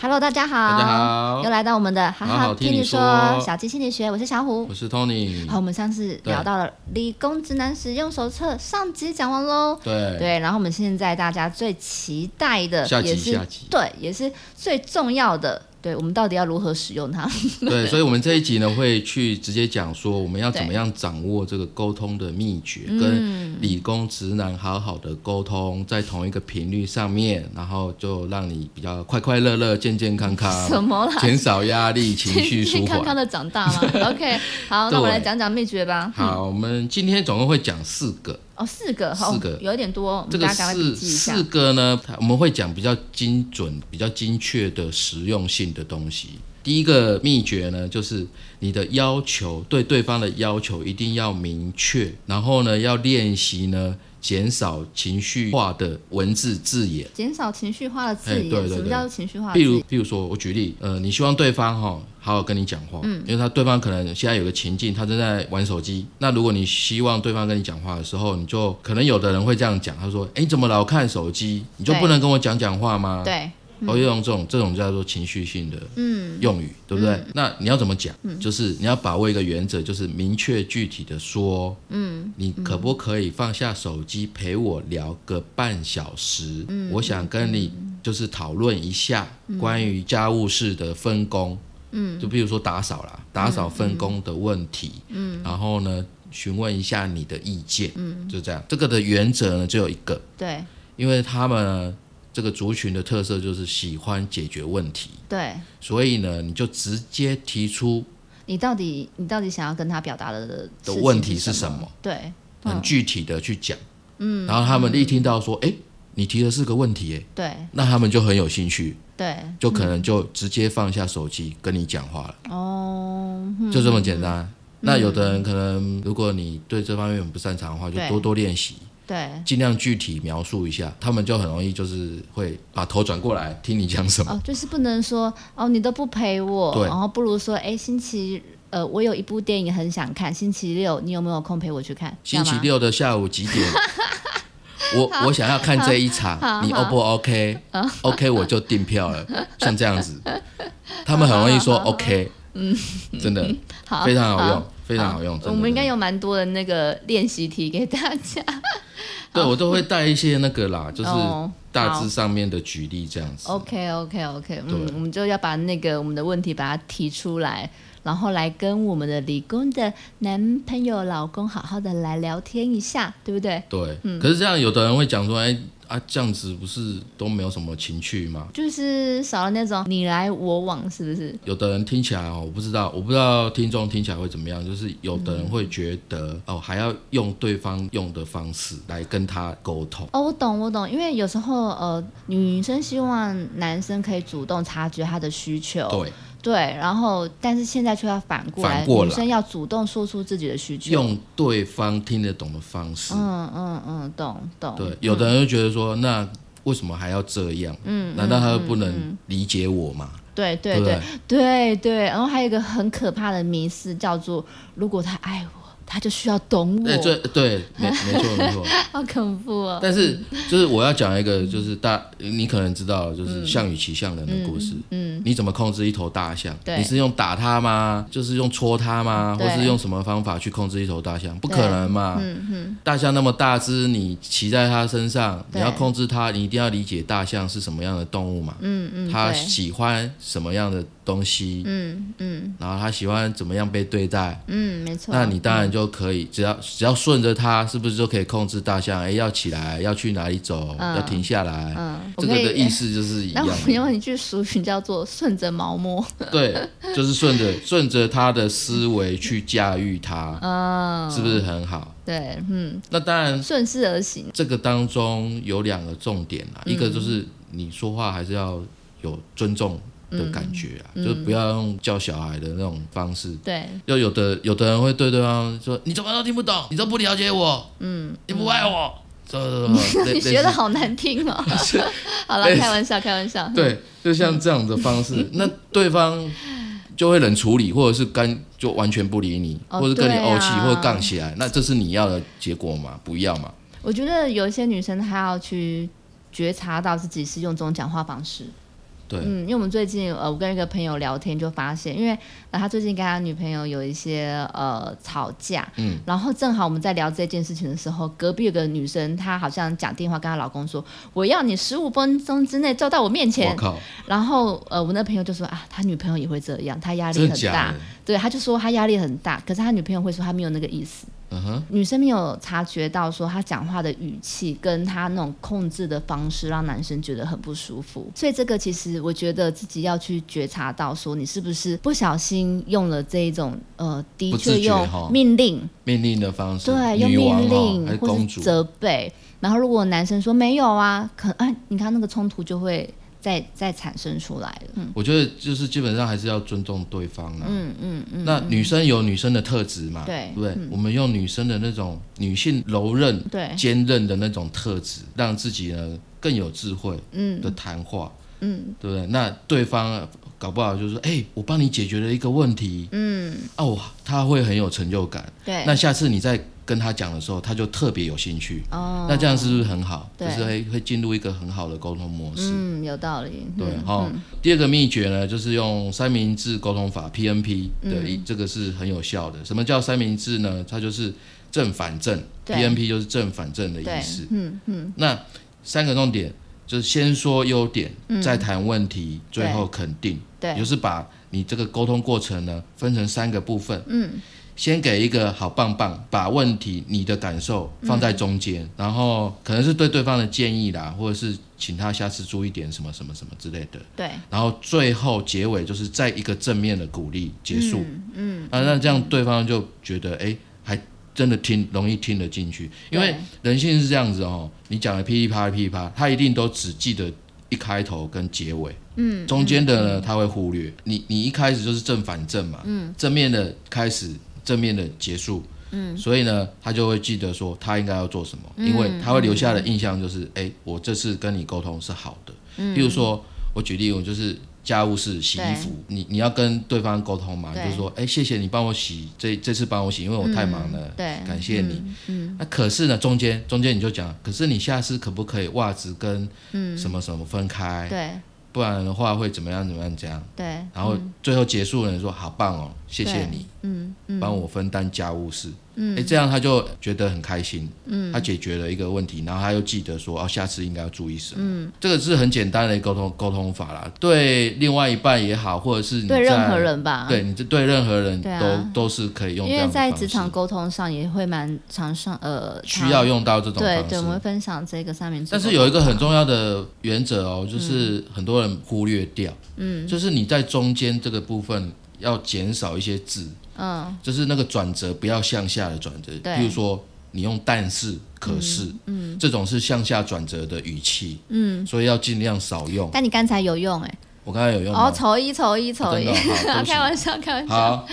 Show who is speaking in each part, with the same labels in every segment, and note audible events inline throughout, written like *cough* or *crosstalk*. Speaker 1: Hello，大家好，
Speaker 2: 大家好
Speaker 1: 又来到我们的哈
Speaker 2: 好
Speaker 1: 哈
Speaker 2: 好听
Speaker 1: 你
Speaker 2: 你说嗯
Speaker 1: 小鸡心理学，我是小虎
Speaker 2: 我。是 Tony。
Speaker 1: 好，我们上次
Speaker 2: 对
Speaker 1: 聊到了《理工直男使用手册》上集讲完喽。
Speaker 2: 对
Speaker 1: 对，然后我们现在大家最期待的
Speaker 2: 下集
Speaker 1: 也是
Speaker 2: 下集
Speaker 1: 对，也是最重要的，对我们到底要如何使用它？
Speaker 2: 对，所以，我们这一集
Speaker 1: *laughs*
Speaker 2: 呢，会去直接讲说，我们要
Speaker 1: 对
Speaker 2: 怎么样掌握这个沟通的秘诀，
Speaker 1: 嗯
Speaker 2: 跟理工直男好好的沟通，在同一个频率上面，然后就让你比较快快乐乐、健健康
Speaker 1: 什
Speaker 2: 康，
Speaker 1: 么啦？
Speaker 2: 减少压力、情
Speaker 1: *laughs*
Speaker 2: 绪
Speaker 1: 健
Speaker 2: 舒
Speaker 1: 康康
Speaker 2: 缓。
Speaker 1: 的长大吗？OK，好，
Speaker 2: *laughs*
Speaker 1: 那我
Speaker 2: 对
Speaker 1: 来讲讲秘诀吧。
Speaker 2: 好，我们今天总共会讲四个，
Speaker 1: 哦，四个，
Speaker 2: 四
Speaker 1: 好，
Speaker 2: 个
Speaker 1: 有点多，我们
Speaker 2: 这个
Speaker 1: 大家赶快笔记
Speaker 2: 四
Speaker 1: 一下
Speaker 2: 四。个呢，它我们会讲比较精准、比较精确的实用性的东西。第一个秘诀呢，就是你的要求对对方的要求一定要明确，然后呢，要练习呢减少情绪化的文字字眼。
Speaker 1: 减少情绪化的字
Speaker 2: 哎
Speaker 1: 眼，
Speaker 2: 对对
Speaker 1: 什么
Speaker 2: 对
Speaker 1: 叫做情绪化的
Speaker 2: 比
Speaker 1: 字
Speaker 2: 如
Speaker 1: 眼？，
Speaker 2: 比如说，我举例，呃，你希望对方哈、好好跟你讲话，因为他对方可能现在有个情境，他正在玩手机。那如果你希望对方跟你讲话的时候，你就可能有的人会这样讲，他说：“哎，你怎么老看手机？你就
Speaker 1: 对
Speaker 2: 不能跟我讲讲话吗？”
Speaker 1: 对，
Speaker 2: 哦，用这种这种叫做情绪性的用语，对不对？那你要怎么讲？就是你要把握一个原则，就是明确具体的说，嗯，你可不可以放下手机陪我聊个半小时？嗯，我想跟你就是讨论一下关于家务事的分工，嗯，就比如说打扫啦，打扫分工的问题，嗯，然后呢，询问一下你的意见，嗯，就这样。这个的原则呢，只有一个，
Speaker 1: 对，
Speaker 2: 因为他们呢这个族群的特色就是喜欢解决问题，
Speaker 1: 对。
Speaker 2: 所以呢，你就直接提出
Speaker 1: 你到底你到底想要跟他表达的的
Speaker 2: 的
Speaker 1: 事情
Speaker 2: 问题是
Speaker 1: 什
Speaker 2: 什
Speaker 1: 么？
Speaker 2: 么，
Speaker 1: 对，
Speaker 2: 很具体的去讲。嗯，然后他们一听到说，哎、你提的是个问题，哎，
Speaker 1: 对，
Speaker 2: 那他们就很有兴趣，
Speaker 1: 对，
Speaker 2: 就可能就直接放下手机跟你讲话了，
Speaker 1: 哦，
Speaker 2: 就这么简单。那有的人可能，如果你对这方面很不擅长的话，就
Speaker 1: 对
Speaker 2: 多多练习，
Speaker 1: 对，
Speaker 2: 尽量具体描述一下，他们就很容易就是会把头转过来听你讲什么。
Speaker 1: 哦，就是不能说哦，你都不陪我，
Speaker 2: 对
Speaker 1: 然后不如说，哎，星期呃，我有一部电影很想看，星期六你有没有空陪我去看？
Speaker 2: 星
Speaker 1: 这
Speaker 2: 期
Speaker 1: 样吗，
Speaker 2: 六的下午几点？
Speaker 1: *laughs*
Speaker 2: 我我想要看这一场，你 O
Speaker 1: *laughs*
Speaker 2: 不
Speaker 1: 哦
Speaker 2: OK？OK 我就订票了，像这样子，他们很容易说 OK，嗯，真的
Speaker 1: 好，
Speaker 2: 非常好用，非常好用，真
Speaker 1: 我
Speaker 2: 的
Speaker 1: 们应该
Speaker 2: 真的
Speaker 1: 有蛮多的那个练习题给大家。 *laughs*
Speaker 2: 对我都会带一些那个啦，就是
Speaker 1: 哦
Speaker 2: 大致上面的举例这样子，
Speaker 1: OK OK OK，嗯
Speaker 2: 对，
Speaker 1: 我们就要把那个我们的问题把它提出来，然后来跟我们的理工的男朋友、老公好好的来聊天一下，对不对？
Speaker 2: 对。可是这样有的人会讲说，哎啊，这样子不是都没有什么情趣吗？
Speaker 1: 就是少了那种你来我往，是不是？
Speaker 2: 有的人听起来哦，我不知道，我不知道听众听起来会怎么样，就是有的人会觉得、哦，还要用对方用的方式来跟他沟通。
Speaker 1: 哦，我懂，我懂，因为有时候呃，女生希望男生可以主动察觉她的需求，
Speaker 2: 对，
Speaker 1: 对然后但是现在却要反过来，
Speaker 2: 反过来
Speaker 1: 女生要主动说出自己的需求。
Speaker 2: 用对方听得懂的方式。
Speaker 1: 嗯嗯嗯，懂懂。
Speaker 2: 对，有的人会觉得说，那为什么还要这样？嗯，难道他不能理解我吗？
Speaker 1: 对对
Speaker 2: 对不
Speaker 1: 对
Speaker 2: 对
Speaker 1: 对对，然后还有一个很可怕的迷思，叫做如果他爱我，他就需要懂我，
Speaker 2: 对，哎这对，没没错没错。
Speaker 1: 好恐怖哦。
Speaker 2: 但是就是我要讲一个，就是大你可能知道，就是
Speaker 1: 嗯
Speaker 2: 项羽骑象人的故事。嗯，你怎么控制一头大象？
Speaker 1: 对
Speaker 2: 你是用打它吗？就是用戳它吗？
Speaker 1: 对
Speaker 2: 或是用什么方法去控制一头大象？不可能嘛！嗯嗯，大象那么大只，你骑在它身上，
Speaker 1: 对
Speaker 2: 你要控制它，你一定要理解大象是什么样的动物嘛。
Speaker 1: 嗯嗯，
Speaker 2: 它
Speaker 1: 对
Speaker 2: 喜欢什么样的东西？
Speaker 1: 嗯嗯
Speaker 2: 然后它喜欢怎么样被对待？
Speaker 1: 嗯，没错。
Speaker 2: 那你当然就可以，只要只要顺着它，是不是就可以控制大象？哎，要起来，要去哪里走，要停下来。
Speaker 1: 嗯，我
Speaker 2: 这个
Speaker 1: 可以
Speaker 2: 的意。思就是一
Speaker 1: 那
Speaker 2: 样
Speaker 1: 我
Speaker 2: 的，
Speaker 1: 们用一句俗语叫做“顺着毛摸
Speaker 2: *laughs* 对，就是顺着顺着他的思维去驾驭它”，，
Speaker 1: 嗯，
Speaker 2: 是不是很好？ *laughs*
Speaker 1: 对，嗯，
Speaker 2: 那当然，
Speaker 1: 顺势而行，
Speaker 2: 这个当中有两个重点啦，
Speaker 1: 嗯
Speaker 2: 一个就是你说话还是要有尊重的感觉
Speaker 1: 嗯
Speaker 2: 啊，就不要用教小孩的那种方式
Speaker 1: 对，
Speaker 2: 又有的有的人会对对方说：“你怎么都听不懂，你都不了解我，嗯，你不爱我，什
Speaker 1: *laughs*
Speaker 2: 么什么什么类
Speaker 1: 你
Speaker 2: 类似
Speaker 1: 学的好难
Speaker 2: *laughs*
Speaker 1: 听哦。 *laughs* 好了，
Speaker 2: 类似
Speaker 1: 开玩笑，开玩笑。
Speaker 2: 对，就像这样的方式，
Speaker 1: *laughs*
Speaker 2: 那对方就会冷处理，或者是干就完全不理你，
Speaker 1: 哦
Speaker 2: 或者跟你
Speaker 1: 对啊
Speaker 2: 怄气，或者杠起来，那这是你要的结果吗？不要嘛，
Speaker 1: 我觉得有一些女生她要去觉察到自己是用这种讲话方式，
Speaker 2: 对，
Speaker 1: 嗯，因为我们最近呃，我跟一个朋友聊天就发现，因为、呃、他最近跟他女朋友有一些呃吵架，
Speaker 2: 嗯，
Speaker 1: 然后正好我们在聊这件事情的时候，隔壁有个女生，她好像讲电话跟她老公说，我要你十五分钟之内坐到我面
Speaker 2: 我
Speaker 1: 前，
Speaker 2: 靠，
Speaker 1: 然后呃，我那朋友就说啊，他女朋友也会这样，他压力
Speaker 2: 真的
Speaker 1: 很
Speaker 2: 假
Speaker 1: 大
Speaker 2: 的，？
Speaker 1: 对，他就说他压力很大，可是他女朋友会说他没有那个意思。
Speaker 2: 嗯哼，
Speaker 1: 女生没有察觉到说她讲话的语气跟她那种控制的方式，让男生觉得很不舒服。所以这个其实我觉得自己要去觉察到，说你是不是不小心用了这一种呃，的
Speaker 2: 不自
Speaker 1: 确
Speaker 2: 觉
Speaker 1: 用
Speaker 2: 哈
Speaker 1: 命令，
Speaker 2: 命令的方式，
Speaker 1: 对，用
Speaker 2: 女王
Speaker 1: 命
Speaker 2: 哦，
Speaker 1: 令
Speaker 2: 还是
Speaker 1: 或
Speaker 2: 公
Speaker 1: 是
Speaker 2: 主？
Speaker 1: 责备。然后如果男生说没有啊，可哎，你看那个冲突就会再再产生出来了。嗯
Speaker 2: 我觉得就是基本上还是要尊重对方啦。
Speaker 1: 嗯嗯嗯，
Speaker 2: 那女生有女生的特质嘛，
Speaker 1: 对嗯
Speaker 2: 不对？我们用女生的那种女性柔韧、
Speaker 1: 对，
Speaker 2: 坚韧的那种特质，让自己呢更有智慧
Speaker 1: 嗯
Speaker 2: 的谈话，
Speaker 1: 嗯
Speaker 2: 对不对？那对方搞不好就是说，哎、我帮你解决了一个问题，
Speaker 1: 嗯，
Speaker 2: 哦，他会很有成就感。
Speaker 1: 对。
Speaker 2: 那下次你再跟他讲的时候，他就特别有兴趣。
Speaker 1: 哦，
Speaker 2: 那这样是不是很好？就
Speaker 1: 对
Speaker 2: 是会会进入一个很好的沟通模式。
Speaker 1: 嗯，有道理。嗯
Speaker 2: 对哈、第二个秘诀呢，就是用三明治沟通法 （PNP） 的
Speaker 1: 嗯
Speaker 2: 一、这个是很有效的。什么叫三明治呢？它就是正反正
Speaker 1: 对
Speaker 2: ，PNP 就是正反正的意
Speaker 1: 对
Speaker 2: 思，。
Speaker 1: 嗯嗯，
Speaker 2: 那三个重点就是先说优点，再谈问
Speaker 1: 嗯
Speaker 2: 题，
Speaker 1: 对
Speaker 2: 最后肯定，
Speaker 1: 对
Speaker 2: 也，就是把你这个沟通过程呢分成三个部分。嗯，先给一个好棒棒，把问题你的感受放在中间，然后可能是对对方的建议啦，或者是请他下次注意点什么什么什么之类的。
Speaker 1: 对，
Speaker 2: 然后最后结尾就是在一个正面的鼓励结束。嗯，啊，那这样对方就觉得，哎，还真的听容易听得进去，因为
Speaker 1: 对
Speaker 2: 人性是这样子哦，你讲的噼里啪啦噼里啪啦，他一定都只记得一开头跟结尾。嗯，中间的呢，他会忽略。你你一开始就是正反正嘛，嗯，正面的开始，正面的结束。嗯，所以呢，他就会记得说他应该要做什么，因为他会留下的印象就是，哎、我这次跟你沟通是好的。嗯，例如说，我举例，我就是家务事洗衣服，你你要跟对方沟通嘛，
Speaker 1: 对
Speaker 2: 你就说，哎、谢谢你帮我洗，这这次帮我洗，因为我太忙了，
Speaker 1: 对
Speaker 2: 呃感谢你。
Speaker 1: 嗯
Speaker 2: 那可是呢，中间中间你就讲，可是你下次可不可以袜子跟什么什么分开？
Speaker 1: 嗯对，
Speaker 2: 不然的话会怎么样怎么样怎样？
Speaker 1: 对，
Speaker 2: 然后最后结束了，你说好棒哦，谢谢你，
Speaker 1: 嗯，
Speaker 2: 帮我分担家务事。嗯，哎，这样他就觉得很开心。嗯，他解决了一个问题，然后他又记得说，哦，下次应该要注意什么。嗯，这个是很简单的沟通沟通法啦，对另外一半也好，或者是你
Speaker 1: 对
Speaker 2: 在
Speaker 1: 任何，人吧，
Speaker 2: 对，你这对任何人都、
Speaker 1: 啊对啊
Speaker 2: 都是可以用这
Speaker 1: 因
Speaker 2: 样
Speaker 1: 为
Speaker 2: 的
Speaker 1: 在
Speaker 2: 方
Speaker 1: 职场
Speaker 2: 式
Speaker 1: 沟通上也会蛮常上呃，
Speaker 2: 需
Speaker 1: 常
Speaker 2: 要用到这种
Speaker 1: 对
Speaker 2: 方式。
Speaker 1: 对，我们会分享这个三明治沟
Speaker 2: 但
Speaker 1: 通，
Speaker 2: 是有一个很重要的原则哦，
Speaker 1: 嗯
Speaker 2: 就是很多人忽略掉，嗯，就是你在中间这个部分要减少一些字，
Speaker 1: 嗯，
Speaker 2: 就是那个转折不要向下的转折，
Speaker 1: 对
Speaker 2: 比如说你用但是、可是，嗯，这种是向下转折的语气，嗯，所以要尽量少用。
Speaker 1: 但你刚才有用哎，
Speaker 2: 我刚才有用吗？
Speaker 1: 哦，丑一丑一
Speaker 2: 啊
Speaker 1: 丑
Speaker 2: 真
Speaker 1: 一
Speaker 2: 的
Speaker 1: *laughs*
Speaker 2: 哦，好，对不起
Speaker 1: 开玩笑开玩笑，
Speaker 2: 好，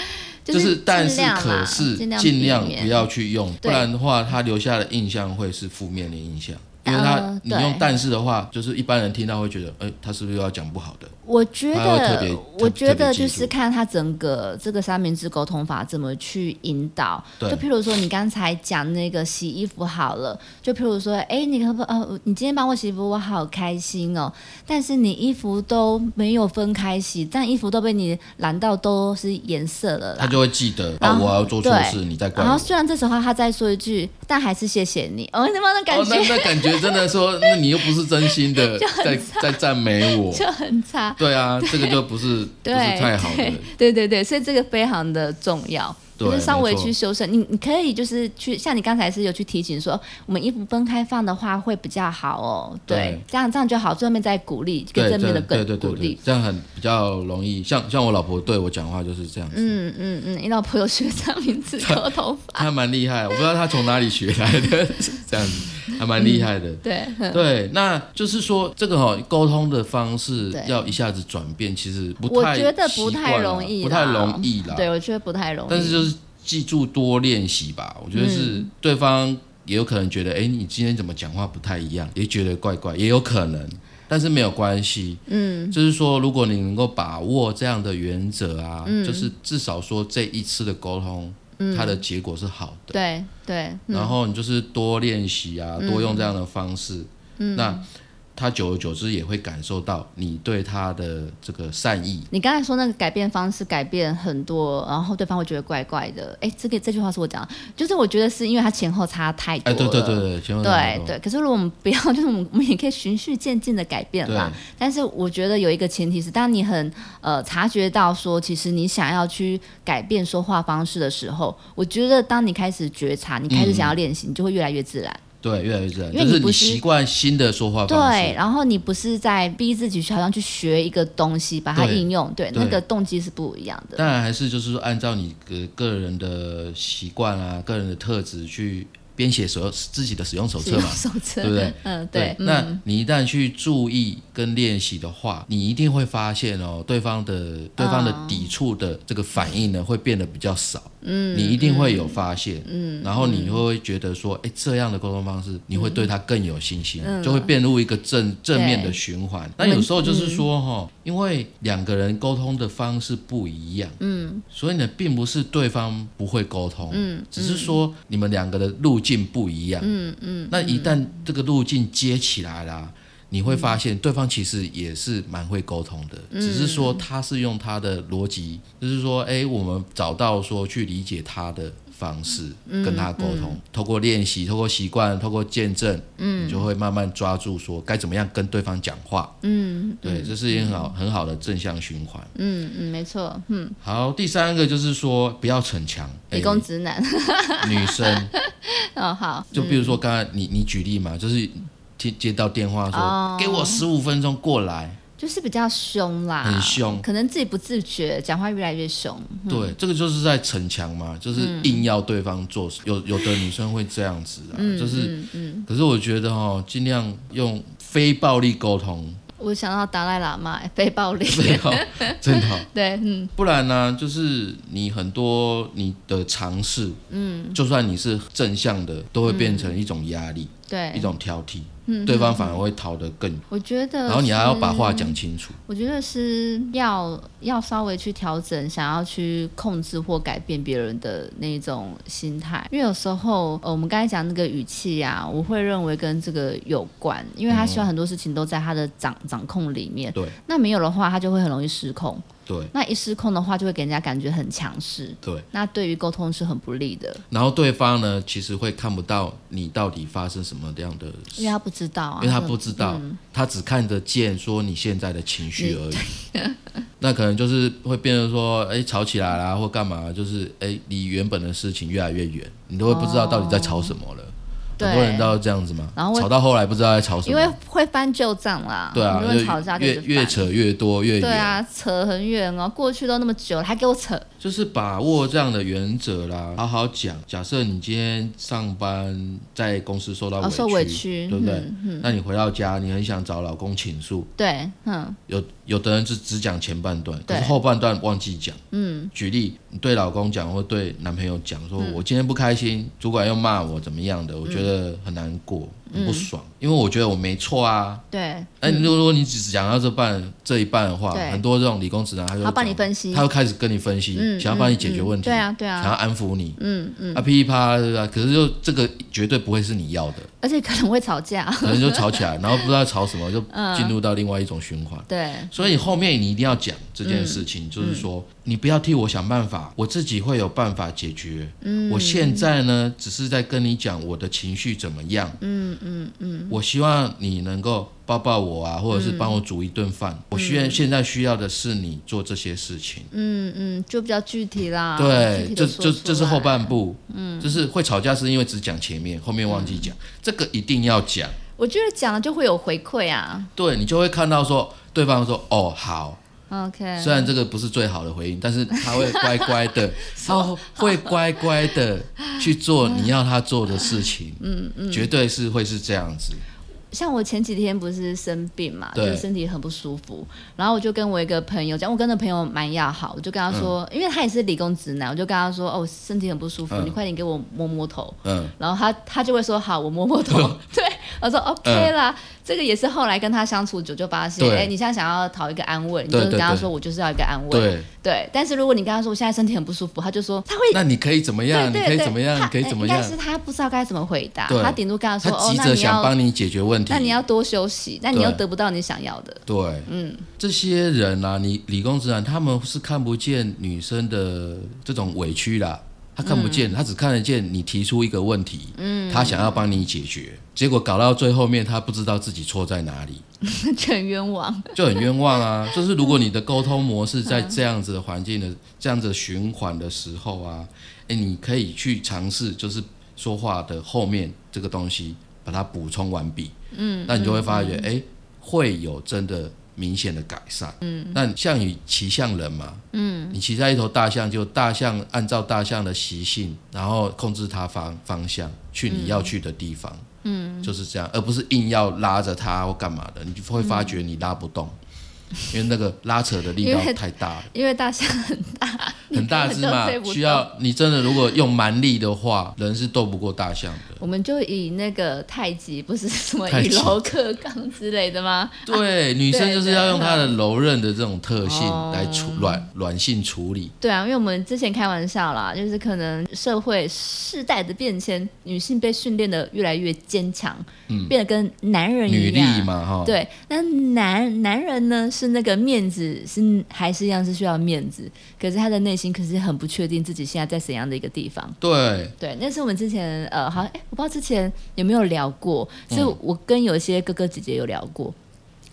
Speaker 2: 就是但
Speaker 1: 尽
Speaker 2: 是
Speaker 1: 量
Speaker 2: 可
Speaker 1: 啦
Speaker 2: 是
Speaker 1: 尽量
Speaker 2: 尽
Speaker 1: 避
Speaker 2: 量
Speaker 1: 免
Speaker 2: 不要去用，不
Speaker 1: 对
Speaker 2: 然的话，它留下的印象会是负面的印象。因为它
Speaker 1: 呃
Speaker 2: 你用
Speaker 1: 对
Speaker 2: 但是的话，就是一般人听到会觉得，哎，他是不是又要讲不好的？
Speaker 1: 我觉
Speaker 2: 他会特别
Speaker 1: 得
Speaker 2: 特，
Speaker 1: 我觉
Speaker 2: 特别
Speaker 1: 得
Speaker 2: 记
Speaker 1: 就
Speaker 2: 住
Speaker 1: 是看他整个这个三明治沟通法怎么去引导。
Speaker 2: 对
Speaker 1: 就譬如说你刚才讲那个洗衣服好了，就譬如说，哎，你可不呃，你今天帮我洗衣服，我好开心哦。但是你衣服都没有分开洗，但衣服都被你染到都是颜色了
Speaker 2: 他
Speaker 1: 啦。
Speaker 2: 就会记得
Speaker 1: 然
Speaker 2: 啊，
Speaker 1: 后
Speaker 2: 我要做错
Speaker 1: 对
Speaker 2: 事，你再怪
Speaker 1: 然后
Speaker 2: 我。
Speaker 1: 虽然这时候他再说一句，但还是谢谢你哦，那么那感
Speaker 2: 哦，
Speaker 1: 觉
Speaker 2: 那那感觉真的说， *laughs* 那你又不是真
Speaker 1: *laughs*
Speaker 2: 心的在在赞美我，
Speaker 1: 就很差。
Speaker 2: 对啊，这个就不是不
Speaker 1: 对
Speaker 2: 是太好的
Speaker 1: 对。对对对，所以这个非常的重要，
Speaker 2: 对
Speaker 1: 就是稍微
Speaker 2: 没错
Speaker 1: 去修正。你你可以就是去像你刚才是有去提醒说，我们衣服分开放的话会比较好哦，对，
Speaker 2: 对
Speaker 1: 这样这样就好，正面再鼓励，
Speaker 2: 对
Speaker 1: 跟正面的
Speaker 2: 对
Speaker 1: 更
Speaker 2: 对对
Speaker 1: 鼓
Speaker 2: 对，
Speaker 1: 励
Speaker 2: 对。这样很比较容易。像像我老婆对我讲话就是这样子，
Speaker 1: 嗯嗯嗯，你老婆有学三明治割头
Speaker 2: *laughs*
Speaker 1: 发，
Speaker 2: 她蛮厉害，我不知道她从哪里学来的， *laughs* 这样子还蛮厉害的。
Speaker 1: 对，
Speaker 2: 对，那就是说这个哈、沟通的方式
Speaker 1: 对
Speaker 2: 要一下子转变，其实不
Speaker 1: 我
Speaker 2: 太
Speaker 1: 觉得
Speaker 2: 习
Speaker 1: 不太
Speaker 2: 惯啦
Speaker 1: 容易啦，
Speaker 2: 不太容易啦。
Speaker 1: 对，我觉得不太容易。
Speaker 2: 啊但是就是记住多练习吧，我觉得是
Speaker 1: 嗯
Speaker 2: 对方也有可能觉得，哎、你今天怎么讲话不太一样，也觉得怪怪，也有可能。但是没有关系，嗯，就是说，如果你能够把握这样的原则啊，
Speaker 1: 嗯
Speaker 2: 就是至少说这一次的沟通，它的结果是好的。
Speaker 1: 对对，嗯嗯
Speaker 2: 然后你就是多练习啊，多用这样的方式。那他久而久之也会感受到你对他的这个善意。
Speaker 1: 你刚才说那个改变方式改变很多，然后对方会觉得怪怪的。哎，这个这句话是我讲的，就是我觉得是因为他前后差太多
Speaker 2: 哎，
Speaker 1: 了。
Speaker 2: 对对对对，千万不要
Speaker 1: 对
Speaker 2: 多
Speaker 1: 对，可是如果我们不要， *laughs* 就是我们我们也可以循序渐进的改变啦。但是我觉得有一个前提是，当你很呃察觉到说，其实你想要去改变说话方式的时候，我觉得当你开始觉察，你开始
Speaker 2: 嗯
Speaker 1: 想要练习，你就会越来越自然。
Speaker 2: 对，越来越自然，
Speaker 1: 因为
Speaker 2: 就是
Speaker 1: 你不
Speaker 2: 你
Speaker 1: 是
Speaker 2: 习惯新的说话方
Speaker 1: 对，
Speaker 2: 式。
Speaker 1: 然后你不是在逼自己去好像去学一个东西，把它
Speaker 2: 对
Speaker 1: 应用，对，
Speaker 2: 对
Speaker 1: 那个动机是不一样的。
Speaker 2: 当然还是就是说按照你个个人的习惯啊、个人的特质去编写所有自己的使用手
Speaker 1: 使
Speaker 2: 册
Speaker 1: 用
Speaker 2: 嘛。
Speaker 1: 手册，
Speaker 2: 对不对？
Speaker 1: 嗯，对，嗯
Speaker 2: 那你一旦去注意跟练习的话，你一定会发现哦，对方的对方的抵触的这个反应呢，会变得比较少。嗯，你一定会有发现。嗯，然后你会觉得说，哎，这样的沟通方式，你会对他更有信心，就会变入一个正正面的循环。那有时候就是说哈、哦，因为两个人沟通的方式不一样，嗯，所以呢，并不是对方不会沟通，嗯，只是说你们两个的路径不一样，那一旦这个路径接起来啦，你会发现对方其实也是蛮会沟通的，只是说他是用他的逻辑，就是说，哎、我们找到说去理解他的方式跟他沟通，透过练习，透过习惯，透过见证，嗯嗯，你就会慢慢抓住说该怎么样跟对方讲话，嗯，对，这是一个很好、很好的正向循环。
Speaker 1: 嗯嗯，没错，嗯，
Speaker 2: 好，第三个就是说不要逞强，哎
Speaker 1: 理工直男， *laughs*
Speaker 2: 女 *laughs* 生。
Speaker 1: 哦，好，
Speaker 2: 就比如说刚才你你举例嘛，就是接接到电话说、给我十五分钟过来，
Speaker 1: 就是比较凶啦，
Speaker 2: 很凶
Speaker 1: 可能自己不自觉，讲话越来越凶，
Speaker 2: 对，这个就是在逞强嘛，就是硬要对方做事。有有的女生会这样子啊，就是，可是我觉得哦，尽量用非暴力沟通，
Speaker 1: 我想到达赖喇嘛 *laughs* 非暴
Speaker 2: *laughs*
Speaker 1: 力，
Speaker 2: 最好真的哦，
Speaker 1: 对，嗯，
Speaker 2: 不然呢、就是你很多你的尝试，嗯，就算你是正向的，都会变成一种压力，一
Speaker 1: 嗯对，嗯
Speaker 2: 种挑剔，对方反而会逃得更远。
Speaker 1: 我觉得，
Speaker 2: 然后你还要把话，讲清楚。
Speaker 1: 我觉得是要要稍微去调整，想要去控制或改变别人的那一种心态，因为有时候，呃，我们刚才讲那个语气啊，我会认为跟这个有关，因为他希望很多事情都在他的掌掌控里面，
Speaker 2: 对
Speaker 1: 那没有的话，他就会很容易失控，
Speaker 2: 对
Speaker 1: 那一失控的话，就会给人家感觉很强势，
Speaker 2: 对，
Speaker 1: 那对于沟通是很不利的，
Speaker 2: 然后对方呢，其实会看不到你到底发生什么样的事，
Speaker 1: 因为他不知道啊，
Speaker 2: 因为他不知道，他只看得见说你现在的情绪而已。
Speaker 1: *laughs*
Speaker 2: 那可能就是会变成说，哎，吵起来啦，或干嘛，就是哎，离原本的事情越来越远，你都会不知道到底在吵什么了。
Speaker 1: 对
Speaker 2: 很多人都是这样子嘛，
Speaker 1: 哦然后会
Speaker 2: 吵到后来不知道在吵什
Speaker 1: 因为
Speaker 2: 么，
Speaker 1: 会翻旧账啦，
Speaker 2: 对啊
Speaker 1: 很，多人吵架
Speaker 2: 就
Speaker 1: 就
Speaker 2: 越
Speaker 1: 是
Speaker 2: 越
Speaker 1: 翻
Speaker 2: 扯越多越
Speaker 1: 对
Speaker 2: 远，
Speaker 1: 啊，扯很远哦，过去都那么久了，还给我扯。
Speaker 2: 就是把握这样的原则啦，好好讲。假设你今天上班在公司受到
Speaker 1: 哦
Speaker 2: 委屈，
Speaker 1: 受委屈嗯
Speaker 2: 对不对？那你回到家，你很想找老公倾诉。
Speaker 1: 对，嗯，
Speaker 2: 有有的人是只讲前半段，可
Speaker 1: 对
Speaker 2: 是后半段忘记讲。嗯，举例，你对老公讲或对男朋友讲，
Speaker 1: 嗯
Speaker 2: 说我今天不开心，主管又骂我怎么样的，我觉得很难过，
Speaker 1: 嗯
Speaker 2: 很不爽，因为我觉得我没错啊。
Speaker 1: 对，
Speaker 2: 哎，如果你只讲到这半这一半的
Speaker 1: 嗯
Speaker 2: 话，
Speaker 1: 对
Speaker 2: 很多这种理工直男他就
Speaker 1: 他帮你
Speaker 2: 讲
Speaker 1: 分析嗯
Speaker 2: 他又开始跟你分析，想要帮你解决问题，
Speaker 1: 对啊，对
Speaker 2: 想要
Speaker 1: 啊，
Speaker 2: 安抚你，嗯嗯，啊噼里啪啦对吧？可是就这个绝对不会是你要的，
Speaker 1: 而且可能会吵架。
Speaker 2: 可能就吵起
Speaker 1: *laughs*
Speaker 2: 来，然后不知道吵什么，就
Speaker 1: 嗯
Speaker 2: 进入到另外一种循环。
Speaker 1: 对，
Speaker 2: 所以后面你一定要讲这件事情，就是说你不要替我想办法，我自己会有办法解决。嗯，我现在呢，只是在跟你讲我的情绪怎么样。嗯嗯嗯，我希望你能够抱抱我啊，或者是帮我煮一顿饭。我需要现在需要的是你做这些事情。
Speaker 1: 嗯嗯，就比较具体啦。具
Speaker 2: 对，
Speaker 1: 体
Speaker 2: 这
Speaker 1: 地
Speaker 2: 这
Speaker 1: 说
Speaker 2: 这
Speaker 1: 出
Speaker 2: 是后
Speaker 1: 来
Speaker 2: 半部，啊嗯，就是会吵架是因为只讲前面，后面忘记讲，这个一定要讲。
Speaker 1: 我觉得讲了就会有回馈啊。
Speaker 2: 对你就会看到说，对方说哦好，
Speaker 1: OK，
Speaker 2: 虽然这个不是最好的回应，但是他会乖乖
Speaker 1: *laughs*
Speaker 2: 的，他会乖乖的去做你要他做的事情，嗯嗯，绝对是会是这样子，
Speaker 1: 像我前几天不是生病嘛，就
Speaker 2: 对
Speaker 1: 是身体很不舒服，然后我就跟我一个朋友讲，我跟那朋友蛮要好，我就跟他说，因为他也是理工直男，我就跟他说，哦，我身体很不舒服，
Speaker 2: 嗯嗯
Speaker 1: 你快点给我摸摸头。
Speaker 2: 嗯，
Speaker 1: *laughs* 然后他他就会说好，我摸摸头。对，我说 OK 啦，这个也是后来跟他相处久就发现，
Speaker 2: 嗯对
Speaker 1: 哎、你现在想要讨一个安慰，你就
Speaker 2: 对
Speaker 1: 是跟他
Speaker 2: 对对
Speaker 1: 说我就是要一个安慰，
Speaker 2: 对，
Speaker 1: 对但是如果你跟他说我现在身体很不舒服，他就说他会。
Speaker 2: 那你可以怎么样？啊你
Speaker 1: 对
Speaker 2: 可
Speaker 1: 对
Speaker 2: 以
Speaker 1: 对，
Speaker 2: 怎么样？
Speaker 1: 他
Speaker 2: 你可以怎么
Speaker 1: 但是
Speaker 2: 样？
Speaker 1: 他不知道该怎么回答，
Speaker 2: 对
Speaker 1: 他顶多跟他
Speaker 2: 他
Speaker 1: 说：“哦，
Speaker 2: 急
Speaker 1: 那
Speaker 2: 着
Speaker 1: 你
Speaker 2: 想
Speaker 1: 要，
Speaker 2: 帮你解决问题，
Speaker 1: 那你要多休息，但你
Speaker 2: 对
Speaker 1: 又得不到你想要的。 *laughs*
Speaker 2: 对，嗯，这些人啊，你理工直男，他们是看不见女生的这种委屈啦，他看不
Speaker 1: 嗯
Speaker 2: 见，他只看得见你提出一个问题，嗯，他想要帮你解决，结果搞到最后面，他不知道自己错在哪里，
Speaker 1: 就很冤枉。
Speaker 2: 就很冤枉啊。就是如果你的沟通模式在这样子的环境的这样子的循环的时候啊，哎，你可以去尝试，就是说话的后面这个东西把它补充完毕，嗯，那你就会发觉，哎、会有真的明显的改善，嗯，那项羽骑象人嘛，嗯，你骑在一头大象，就大象按照大象的习性，然后控制它方方向去你要去的地方，嗯，就是这样，而不是硬要拉着它或干嘛的，你就会发觉你拉不动。因为那个拉扯的力道
Speaker 1: 因为
Speaker 2: 太大了，
Speaker 1: 因为大象很大，
Speaker 2: 很大只
Speaker 1: 你
Speaker 2: 嘛
Speaker 1: 根本就推不，动
Speaker 2: 需要你真的如果用蛮力的话，人是斗不过大象的。
Speaker 1: 我们就以那个太极，不是什么
Speaker 2: *laughs* 太
Speaker 1: 以
Speaker 2: 极
Speaker 1: 柔克刚之类的吗？
Speaker 2: 对，女生就是要用她的柔韧的这种特性
Speaker 1: 哦
Speaker 2: 来处软软性处理。
Speaker 1: 对啊，因为我们之前开玩笑啦，就是可能社会世代的变迁，女性被训练的越来越坚强，变得跟男人
Speaker 2: 嗯女
Speaker 1: 一
Speaker 2: 力
Speaker 1: 样。
Speaker 2: 嘛，哈，
Speaker 1: 对，那男男人呢是那个面子是还是一样是需要面子，可是他的内心可是很不确定自己现在在怎样的一个地方。
Speaker 2: 对
Speaker 1: 对，那是我们之前呃，好像哎，我不知道之前有没有聊过，是
Speaker 2: 嗯
Speaker 1: 我跟有一些哥哥姐姐有聊过。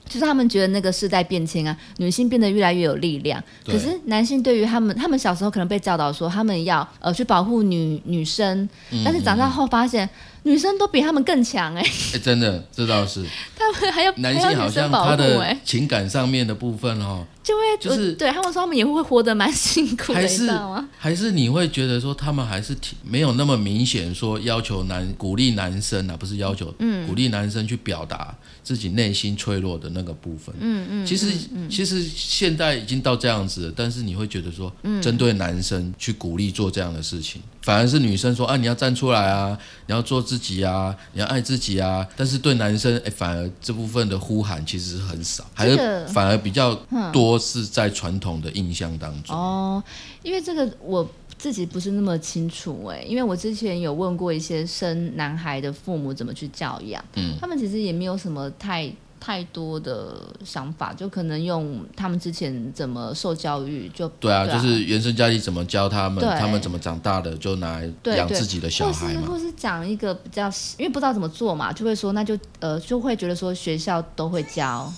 Speaker 1: 就是他们觉得那个世代变迁啊，女性变得越来越有力量，
Speaker 2: 对
Speaker 1: 可是男性对于他们，他们小时候可能被教导说他们要呃去保护女女生，
Speaker 2: 嗯
Speaker 1: 但是长大后发现、女生都比他们更强哎、 *laughs*
Speaker 2: 哎真的，这倒是
Speaker 1: 他们还要
Speaker 2: 男
Speaker 1: 还
Speaker 2: 性
Speaker 1: 要
Speaker 2: 好
Speaker 1: 女生
Speaker 2: 像
Speaker 1: 保
Speaker 2: 他
Speaker 1: 护哎、
Speaker 2: 的情感上面的部分哦，
Speaker 1: 就会
Speaker 2: 就是
Speaker 1: 我对他们说他们也会活得蛮辛苦的，
Speaker 2: 还
Speaker 1: 你知
Speaker 2: 是
Speaker 1: 道吗？
Speaker 2: 还是你会觉得说他们还是挺没有那么明显说要求男鼓励男生啊，不是要求，嗯，鼓励男生去表达自己内心脆弱的那个部分，嗯嗯，其实其实现在已经到这样子了，但是你会觉得说，
Speaker 1: 嗯
Speaker 2: 针对男生去鼓励做这样的事情，反而是女生说啊你要站出来啊，你要做自己啊，你要爱自己啊，但是对男生哎反而这部分的呼喊其实是很少，还
Speaker 1: 这
Speaker 2: 是
Speaker 1: 个
Speaker 2: 反而比较多是在传统的印象当中。
Speaker 1: 哦，因为这个我自己不是那么清楚哎、因为我之前有问过一些生男孩的父母怎么去教养，嗯，他们其实也没有什么太太多的想法，就可能用他们之前怎么受教育就
Speaker 2: 对啊，
Speaker 1: 对啊
Speaker 2: 就是原生家庭怎么教他们
Speaker 1: 对，
Speaker 2: 他们怎么长大的，就拿来
Speaker 1: 对
Speaker 2: 养
Speaker 1: 对
Speaker 2: 自己的小
Speaker 1: 或
Speaker 2: 孩
Speaker 1: 是
Speaker 2: 嘛。
Speaker 1: 或是讲一个比较，因为不知道怎么做嘛，就会说那就呃就会觉得说学校都会教，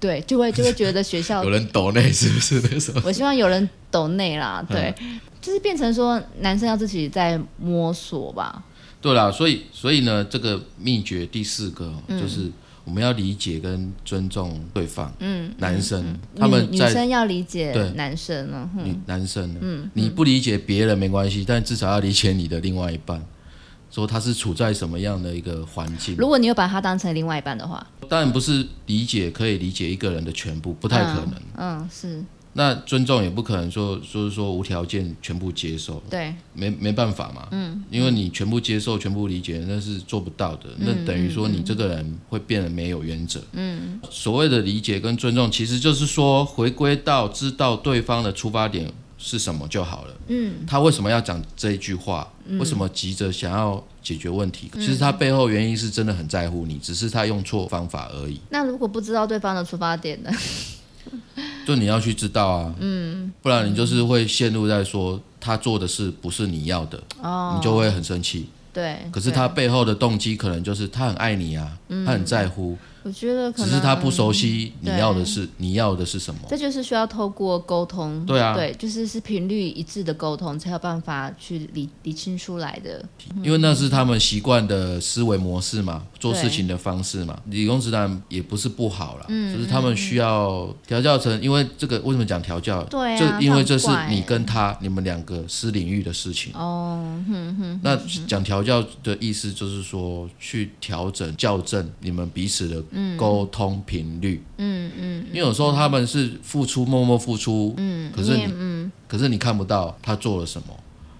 Speaker 1: 对，就会就会觉得学校
Speaker 2: *laughs* 有人抖内是不是那时候？ *laughs*
Speaker 1: *laughs* 我希望有人抖内啦，
Speaker 2: 嗯
Speaker 1: 对，就是变成说男生要自己在摸索吧，
Speaker 2: 对啦，所以所以呢，这个秘诀第四个哦、
Speaker 1: 嗯
Speaker 2: 就是我们要理解跟尊重对方。嗯，男生、他们
Speaker 1: 女女
Speaker 2: 在
Speaker 1: 生嗯要理解
Speaker 2: 对
Speaker 1: 男生呢、哼
Speaker 2: 女男生呢，你不理解别人没关系，但至少要理解你的另外一半，说他是处在什么样的一个环境。
Speaker 1: 如果你有把他当成另外一半的话，
Speaker 2: 当然不是理解可以理解一个人的全部，不太可能。
Speaker 1: 嗯，是
Speaker 2: 那尊重也不可能说，就是说无条件全部接受。
Speaker 1: 对，
Speaker 2: 没没办法嘛，嗯，因为你全部接受、全部理解，那是做不到的。那等于说你这个人会变得没有原则。嗯，所谓的理解跟尊重，其实就是说回归到知道对方的出发点是什么就好了。嗯，他为什么要讲这一句话？为什么急着想要解决问题？其实他背后原因是真的很在乎你，只是他用错方法而已。
Speaker 1: 那如果不知道对方的出发
Speaker 2: *laughs*
Speaker 1: 点呢？
Speaker 2: 就你要去知道啊，嗯，不然你就是会陷入在说他做的事不是你要的，
Speaker 1: 哦，
Speaker 2: 你就会很生气。
Speaker 1: 对，
Speaker 2: 可是
Speaker 1: 对
Speaker 2: 他背后的动机可能就是他很爱你啊，他很在乎，
Speaker 1: 我觉得可
Speaker 2: 只
Speaker 1: 能
Speaker 2: 是他不，熟悉你
Speaker 1: 对
Speaker 2: 要的是你要的是什么。
Speaker 1: 这就是需要透过沟通，
Speaker 2: 对啊
Speaker 1: 对，就是是频率一致的沟通才有办法去理理清出来的，
Speaker 2: 因为那是他们习惯的思维模式嘛，做
Speaker 1: 对
Speaker 2: 事情的方式嘛。理工直男也不是不好啦，
Speaker 1: 嗯
Speaker 2: 就是他们需要调教成，因为这个为什么讲调教？
Speaker 1: 对啊
Speaker 2: 就因为这是
Speaker 1: 这样怪
Speaker 2: 你跟他你们两个私领域的事情。哦，那讲调教的意思就是说，去调整、校正你们彼此的沟通频率。嗯嗯，因为有时候他们是付出，默默付出，嗯，可是你，可是你看不到他做了什么。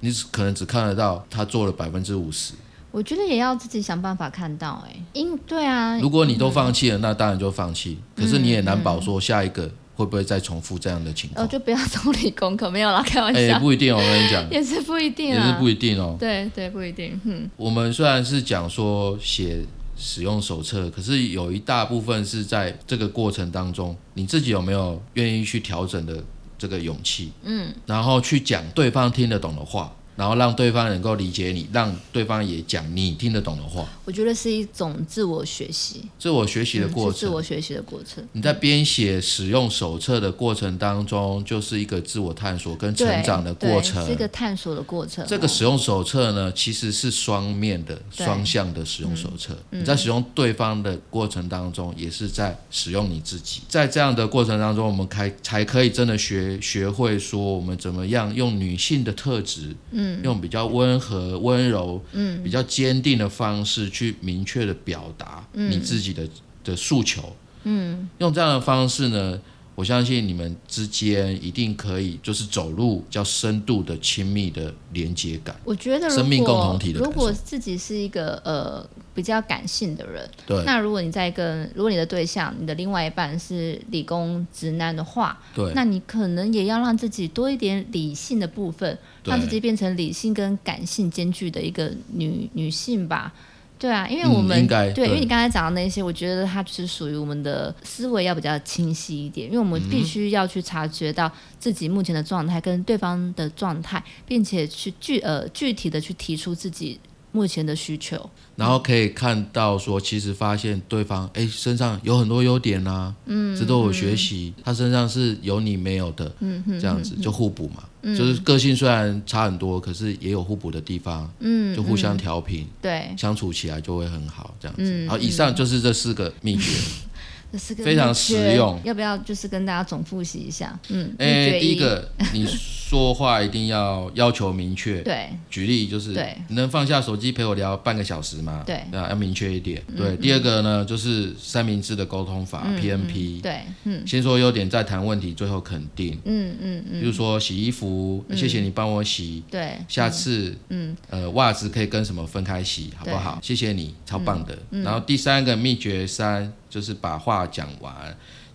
Speaker 2: 你只可能只看得到他做了百分之五十，
Speaker 1: 我觉得也要自己想办法看到、欸，哎，因对啊，
Speaker 2: 如果你都放弃了，那当然就放弃。可是你也难保说下一个会不会再重复这样的情
Speaker 1: 哦，
Speaker 2: 况。
Speaker 1: 就不要 *laughs* 总理功课，没有啦，开玩
Speaker 2: 哎、
Speaker 1: 笑，
Speaker 2: 不一定哦，我跟你 *laughs* 讲，
Speaker 1: 也是不一定
Speaker 2: 也是
Speaker 1: 啊，
Speaker 2: 不一定哦。
Speaker 1: 对对，不一定，嗯，
Speaker 2: 我们虽然是讲说写使用手册，可是有一大部分是在这个过程当中，你自己有没有愿意去调整的这个勇气？嗯，然后去讲对方听得懂的话，然后让对方能够理解你，让对方也讲你听得懂的话。
Speaker 1: 我觉得是一种自我学习，
Speaker 2: 这我学习的
Speaker 1: 嗯
Speaker 2: 过
Speaker 1: 是自
Speaker 2: 程，
Speaker 1: 我学习的过程，
Speaker 2: 你在编写使用手册的过程当中，就是一个自我探索跟成长的
Speaker 1: 对
Speaker 2: 过
Speaker 1: 对
Speaker 2: 程
Speaker 1: 是。一个探索的过程哦，
Speaker 2: 这个使用手册呢，其实是双面的、
Speaker 1: 对嗯
Speaker 2: 双向的使用手册。你在使用对方的过程当中，也是在使用你自己。在这样的过程当中，我们开才可以真的学学会说，我们怎么样用女性的特质，嗯，用比较温和、温柔，嗯，比较坚定的方式去明确的表达
Speaker 1: 嗯
Speaker 2: 你自己的、的诉求。嗯，用这样的方式呢，我相信你们之间一定可以，就是走入比较深度的亲密的连接感。
Speaker 1: 我觉得如果
Speaker 2: 生命共同体的感
Speaker 1: 如
Speaker 2: 受
Speaker 1: 果自己是一个呃比较感性的人，
Speaker 2: 对
Speaker 1: 那如果你在跟如果你的对象，你的另外一半是理工直男的话，
Speaker 2: 对，
Speaker 1: 那你可能也要让自己多一点理性的部分，
Speaker 2: 对
Speaker 1: 让自己变成理性跟感性兼具的一个女女性吧。对啊，因为
Speaker 2: 嗯
Speaker 1: 我们、
Speaker 2: 应该
Speaker 1: 对，
Speaker 2: 对
Speaker 1: 因为你刚才讲的那些，我觉得它就是属于我们的思维要比较清晰一点，因为我们必须要去察觉到自己目前的状态跟对方的状态，并且去具呃具体的去提出自己目前的需求。
Speaker 2: 然后可以看到说，其实发现对方哎身上有很多优点呐、嗯，值得我学习。他身上是有你没有的，嗯这样子就互补嘛。就是个性虽然差很多，可是也有互补的地方，嗯，就嗯互相调频，
Speaker 1: 对，
Speaker 2: 相处起来就会很好，这样子。好，以上就是这四个秘 *laughs* 诀。
Speaker 1: 这是个
Speaker 2: 非常
Speaker 1: 秘诀
Speaker 2: 实用
Speaker 1: 要不要就是跟大家总复习一下？嗯，秘
Speaker 2: 哎，
Speaker 1: 诀
Speaker 2: 第一个，你说话一定要要求明确，
Speaker 1: 对
Speaker 2: 举例就是，
Speaker 1: 对
Speaker 2: 你能放下手机陪我聊半个小时吗？
Speaker 1: 对嗯
Speaker 2: 啊，要明确一点。对，第二个呢，就是三明治的沟通法 PMP，
Speaker 1: 对，
Speaker 2: 先说优点，再谈问题，最后肯定。
Speaker 1: 嗯嗯
Speaker 2: 比如说洗衣服，谢谢你帮我洗，
Speaker 1: 对。
Speaker 2: 下次，嗯，呃，袜子可以跟什么分开洗，好不好？谢谢你，超棒的。然后第三个秘诀三就是把话讲完，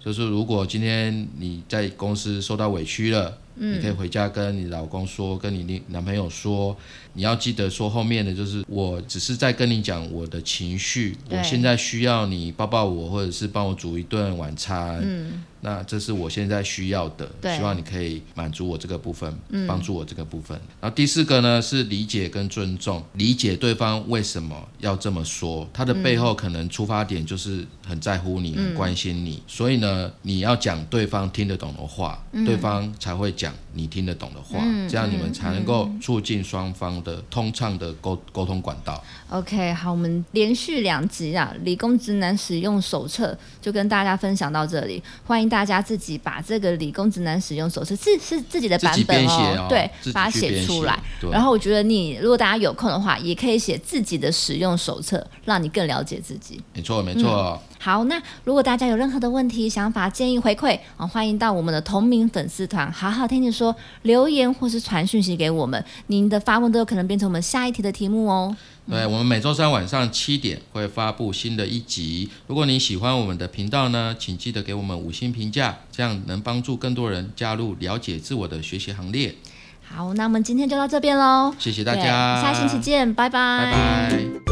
Speaker 2: 就是如果今天你在公司受到委屈了，你可以回家跟你老公说，跟你另男朋友说，你要记得说后面的就是我只是在跟你讲我的情绪，
Speaker 1: 对
Speaker 2: 我现在需要你抱抱我，或者是帮我煮一顿晚餐。嗯。那这是我现在需要的，
Speaker 1: 对
Speaker 2: 希望你可以满足我这个部分，帮助我这个部分。然后第四个呢是理解跟尊重，理解对方为什么要这么说，他的背后可能出发点就是很在乎你，很关心你，所以呢，你要讲对方听得懂的话，对方才会讲你听得懂的话，这样你们才能够促进双方的通畅的沟沟通管道。
Speaker 1: OK，好，我们连续两集啊，《理工直男使用手册》就跟大家分享到这里，欢迎大家自己把这个《理工直男使用手册》自是自己的
Speaker 2: 自
Speaker 1: 版
Speaker 2: 己
Speaker 1: 本
Speaker 2: 编写哦，
Speaker 1: 对，
Speaker 2: 自己
Speaker 1: 把它
Speaker 2: 去编
Speaker 1: 写出来。。
Speaker 2: 对，
Speaker 1: 然后我觉得你如果大家有空的话，也可以写自己的使用手册，让你更了解自己。
Speaker 2: 没错没错。
Speaker 1: 好，那如果大家有任何的问题、想法、建议、回馈啊、哦欢迎到我们的同名粉丝团“好好听你说”留言或是传讯息给我们，您的发问都有可能变成我们下一题的题目哦。
Speaker 2: 对，我们每周三晚上七点会发布新的一集。如果你喜欢我们的频道呢，请记得给我们五星评价，这样能帮助更多人加入了解自我的学习行列。
Speaker 1: 好，那我们今天就到这边喽，
Speaker 2: 谢谢大
Speaker 1: 对
Speaker 2: 家，
Speaker 1: 下星期，见，拜
Speaker 2: 拜拜。